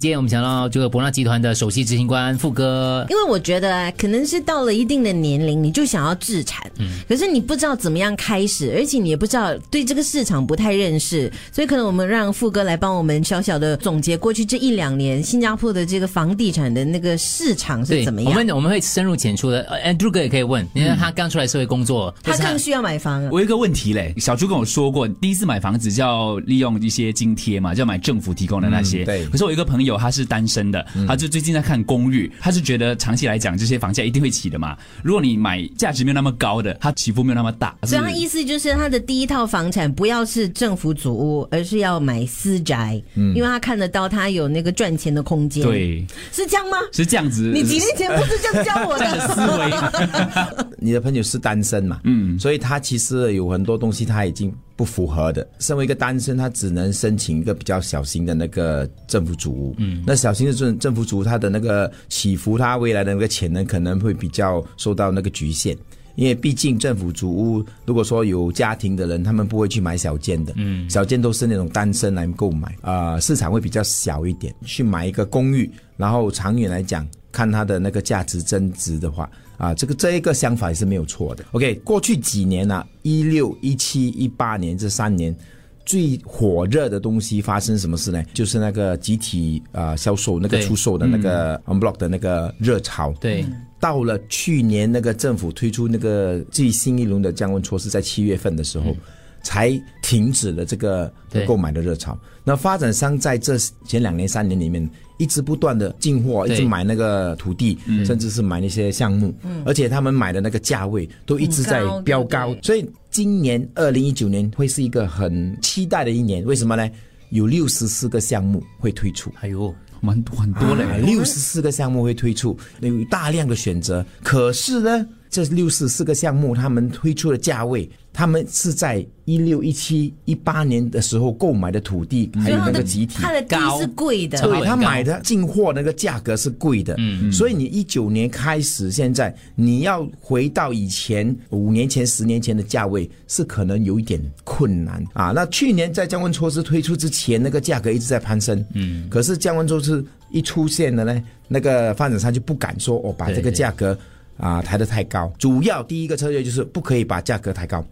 今天我们请到这个博纳集团的首席执行官富哥，因为我觉得啊，可能是到了一定的年龄，你就想要自产，可是你不知道怎么样开始，而且你也不知道对这个市场不太认识，所以可能我们让富哥来帮我们小小的总结过去这一两年新加坡的这个房地产的那个市场是对，怎么我样。们我们会深入浅出的。呃 Andrew 哥也可以问，因为他刚出来社会工作，嗯他或是更需要买房啊。 我有一个问题嘞，小朱跟我说过，第一次买房子就要利用一些津贴嘛，就要买政府提供的那些。嗯对嗯可是我有一个朋友，他是单身的，他就最近在看公寓，他是觉得长期来讲，这些房价一定会起的嘛。如果你买价值没有那么高的，它起伏没有那么大。所以他是意思就是，他的第一套房产不要是政府主屋，而是要买私宅，因为他看得到他有那个赚钱的空间。，对，是这样吗？是这样子。你几年前不是这样教我 的？思维你的朋友是单身嘛，嗯，所以他其实有很多东西他已经不符合的。身为一个单身，他只能申请一个比较小型的那个政府主屋，嗯，那小型的政政府主屋，它的那个起伏，它未来的那个潜能可能会比较受到那个局限。因为毕竟政府主屋，如果说有家庭的人，他们不会去买小间的，嗯，小间都是那种单身来购买，呃，市场会比较小一点。去买一个公寓，然后长远来讲，看它的那个价值增值的话，啊，这个这一个想法也是没有错的。OK，过去几年啊，一六、一七、一八年这三年。最火热的东西发生什么事呢？就是那个集体啊销售、那个对嗯出售的那个 unblock 的那个热潮。对，到了去年那个政府推出那个最新一轮的降温措施，在七月份的时嗯候，才停止了这个对购买的热潮。那发展商在这前两年、三年里面，一直不断的进货，对一直买那个土地，嗯甚至是买那些项目，而且他们买的那个价位都一直在很高飙对不高对，所以今年二零一九年会是一个很期待的一年。为什么呢？有六十四个项目会推出。哎呦，蛮很多嘞。啊六十四个项目会推出，有大量的选择。可是呢，这六十四个项目他们推出的价位，他们是在一六、一七、一八年的时候购买的土地，还所以有他那的个集体。他的地是贵的，对他很高买的进货那个价格是贵的，嗯，所以你一九年开始，现在你要回到以前五年前、十年前的价位，是可能有一点困难啊。那去年在降温措施推出之前，那个价格一直在攀升，嗯，可是降温措施一出现了呢，那个发展商就不敢说哦，把这对个对价格啊抬得太高。主要第一个策略就是不可以把价格抬高，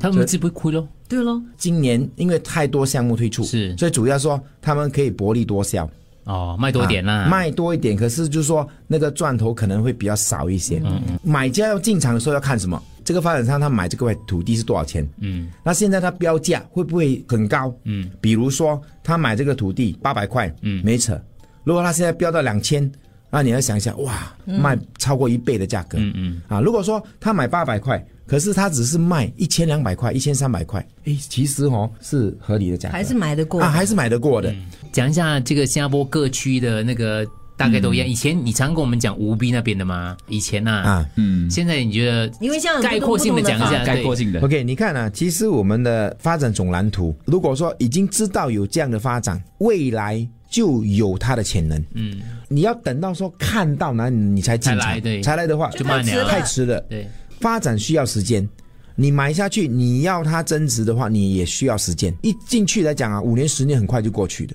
他们自己不会亏咯，对喽。今年因为太多项目推出，是所以主要说他们可以薄利多销。哦，卖多一点啦，啊卖多一点，可是就是说那个赚头可能会比较少一些。买家要进场的时候要看什么？这个发展商他买这块土地是多少钱？嗯，那现在他标价会不会很高？嗯，比如说他买这个土地八百块，嗯，没扯。如果他现在标到两千，那你要想想，哇，嗯卖超过一倍的价格。嗯嗯。啊，如果说他买八百块，可是他只是卖一千两百块、一千三百块，诶，其实哦是合理的价格，还是买得过啊，还是买得过的。讲一下这个新加坡各区的那个大概嗯都一样。以前你常跟我们讲吴斌那边的吗？以前呐、啊嗯，现在你觉得因为像概括性的讲一下，啊概括对性的， OK，你看啊，其实我们的发展总蓝图，如果说已经知道有这样的发展，未来就有它的潜能。嗯，你要等到说看到哪里你才进才场来，对才来的话就慢了太迟了。对发展需要时间。你买下去，你要它增值的话，你也需要时间。一进去来讲啊，五年、十年很快就过去的，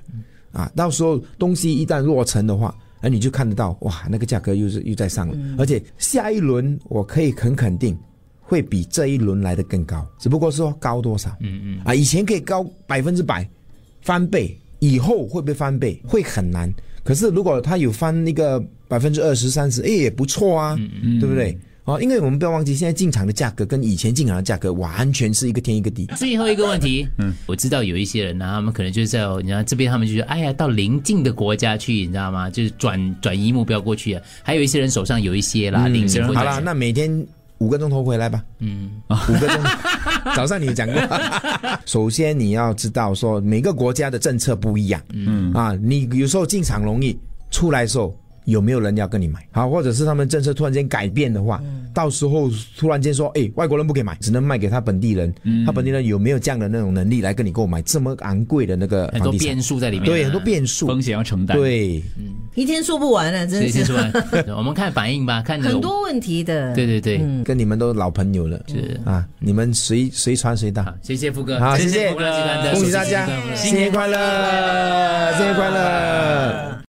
啊，到时候东西一旦落成的话，哎，你就看得到，哇，那个价格又是又在上了，而且下一轮我可以很肯定，会比这一轮来的更高，只不过是说高多少，嗯嗯，啊，以前可以高百分之百，翻倍，以后会不会翻倍会很难。可是如果它有翻那个百分之二十、三十，哎，也不错啊，对不对？哦，因为我们不要忘记，现在进场的价格跟以前进场的价格完全是一个天一个地。最后一个问题，嗯，我知道有一些人呢、他们可能就是在你知道这边，他们就觉得哎呀，到邻近的国家去，你知道吗？就是转转移目标过去啊。还有一些人手上有一些嗯啦，邻近国好家啦，那每天五个钟头回来吧。嗯，五个钟头。 早上你讲过，首先你要知道说每个国家的政策不一样。嗯啊，你有时候进场容易，出来的时候有没有人要跟你买？好，或者是他们政策突然间改变的话，到时候突然间说，哎，外国人不可以买，只能卖给他本地人。他本地人有没有这样的那种能力来跟你购买这么昂贵的那个很多房地产哎变？数在里面、啊对，很多。变数。风险要承担。，对，一天说不完了，啊真所以 的先是说完，我们看反应吧，看着 很。多问题的。对对对，跟你们都老朋友了，是啊，你们谁谁传谁到好。，谢谢富哥，好，谢谢谢，富哥集团的恭喜首大席家集团新年快乐，新年快乐。